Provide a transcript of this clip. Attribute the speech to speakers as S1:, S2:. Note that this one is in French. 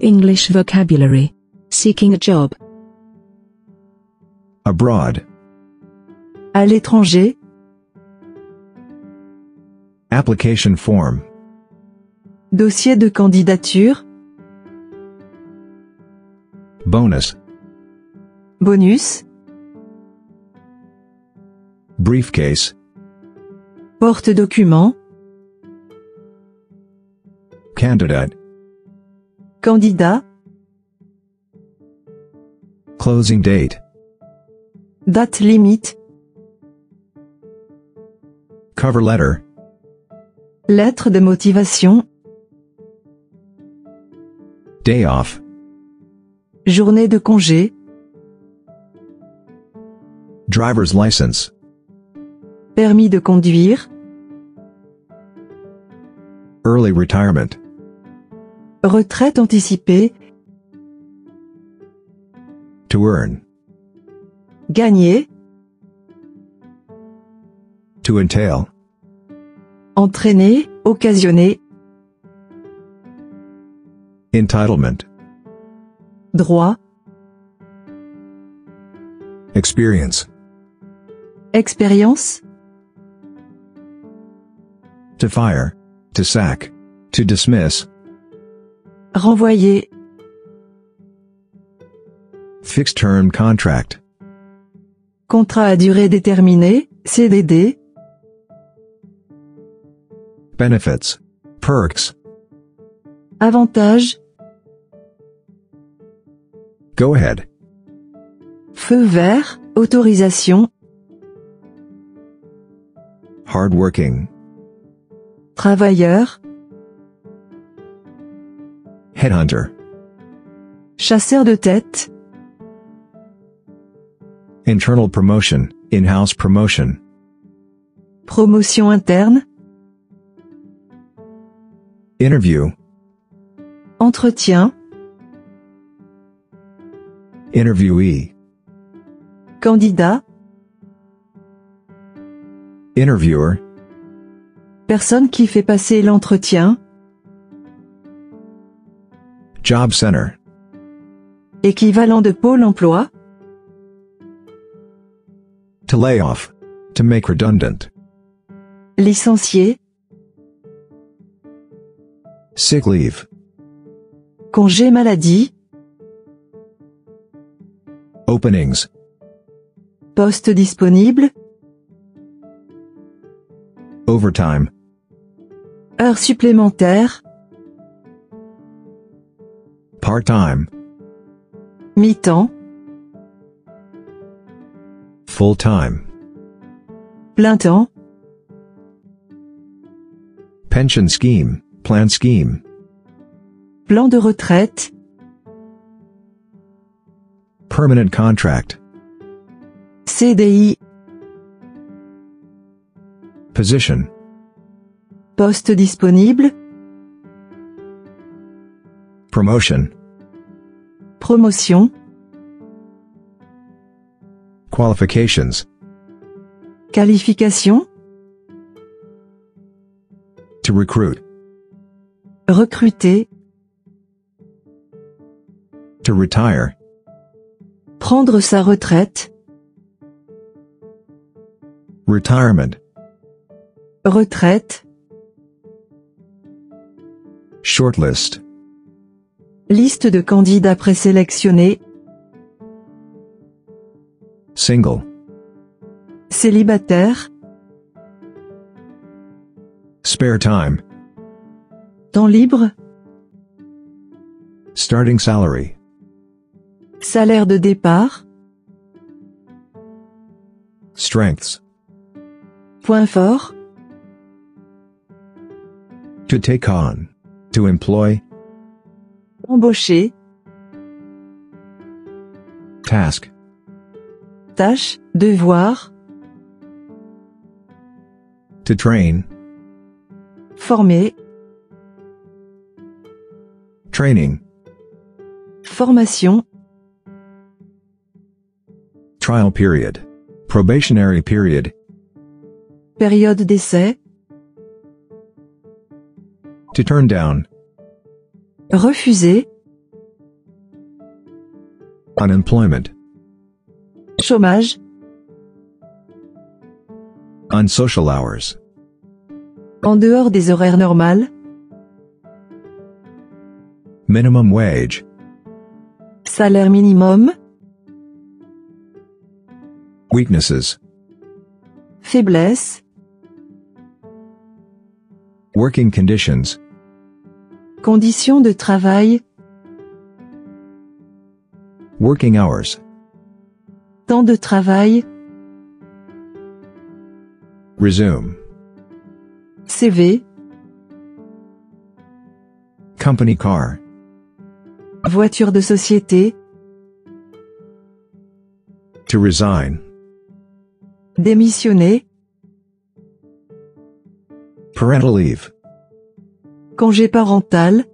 S1: English vocabulary. Seeking a job.
S2: abroad,
S1: À l'étranger.
S2: application form,
S1: Dossier de candidature.
S2: bonus,
S1: Bonus.
S2: briefcase,
S1: Porte document.
S2: candidate,
S1: Candidat.
S2: closing date,
S1: Date limite.
S2: cover letter,
S1: Lettre de motivation.
S2: day off,
S1: Journée de congé.
S2: driver's license,
S1: Permis de conduire.
S2: early retirement,
S1: Retraite anticipée.
S2: to earn,
S1: Gagner.
S2: to entail,
S1: Entraîner. Occasionner.
S2: entitlement,
S1: Droit.
S2: experience,
S1: Expérience.
S2: to fire, to sack, to dismiss,
S1: Renvoyer.
S2: fixed term contract,
S1: Contrat à durée déterminée. CDD.
S2: benefits, perks,
S1: Avantage.
S2: go ahead,
S1: Feu vert. Autorisation.
S2: hardworking,
S1: Travailleur.
S2: headhunter,
S1: Chasseur de tête.
S2: internal promotion, in-house promotion,
S1: Promotion interne.
S2: interview,
S1: Entretien.
S2: interviewee,
S1: Candidat.
S2: interviewer,
S1: Personne qui fait passer l'entretien.
S2: job center,
S1: Équivalent de pôle emploi.
S2: to lay off, to make redundant,
S1: Licencié.
S2: sick leave,
S1: Congé maladie.
S2: openings,
S1: Poste disponible.
S2: overtime,
S1: Heures supplémentaires.
S2: part-time,
S1: Mi-temps.
S2: full-time,
S1: Plein temps.
S2: pension scheme, plan scheme,
S1: Plan de retraite.
S2: permanent contract,
S1: CDI.
S2: position,
S1: Poste disponible.
S2: promotion,
S1: Promotion.
S2: qualifications,
S1: Qualification.
S2: to recruit,
S1: Recruter.
S2: to retire,
S1: Prendre sa retraite.
S2: retirement,
S1: Retraite.
S2: shortlist,
S1: Liste de candidats présélectionnés.
S2: single,
S1: Célibataire.
S2: spare time,
S1: Temps libre.
S2: starting salary,
S1: Salaire de départ.
S2: strengths,
S1: Point fort.
S2: to take on, to employ,
S1: Embaucher.
S2: task,
S1: Tâche. Devoir.
S2: to train,
S1: Former.
S2: training,
S1: Formation.
S2: trial period, probationary period,
S1: Période d'essai.
S2: to turn down,
S1: Refuser.
S2: unemployment,
S1: chômage,
S2: unsocial hours,
S1: en dehors des horaires normales,
S2: minimum wage,
S1: salaire minimum,
S2: weaknesses,
S1: faiblesse,
S2: working conditions,
S1: conditions de travail,
S2: working hours,
S1: temps de travail,
S2: resume,
S1: CV,
S2: company car,
S1: voiture de société,
S2: to resign,
S1: démissionner,
S2: parental leave,
S1: congé parental,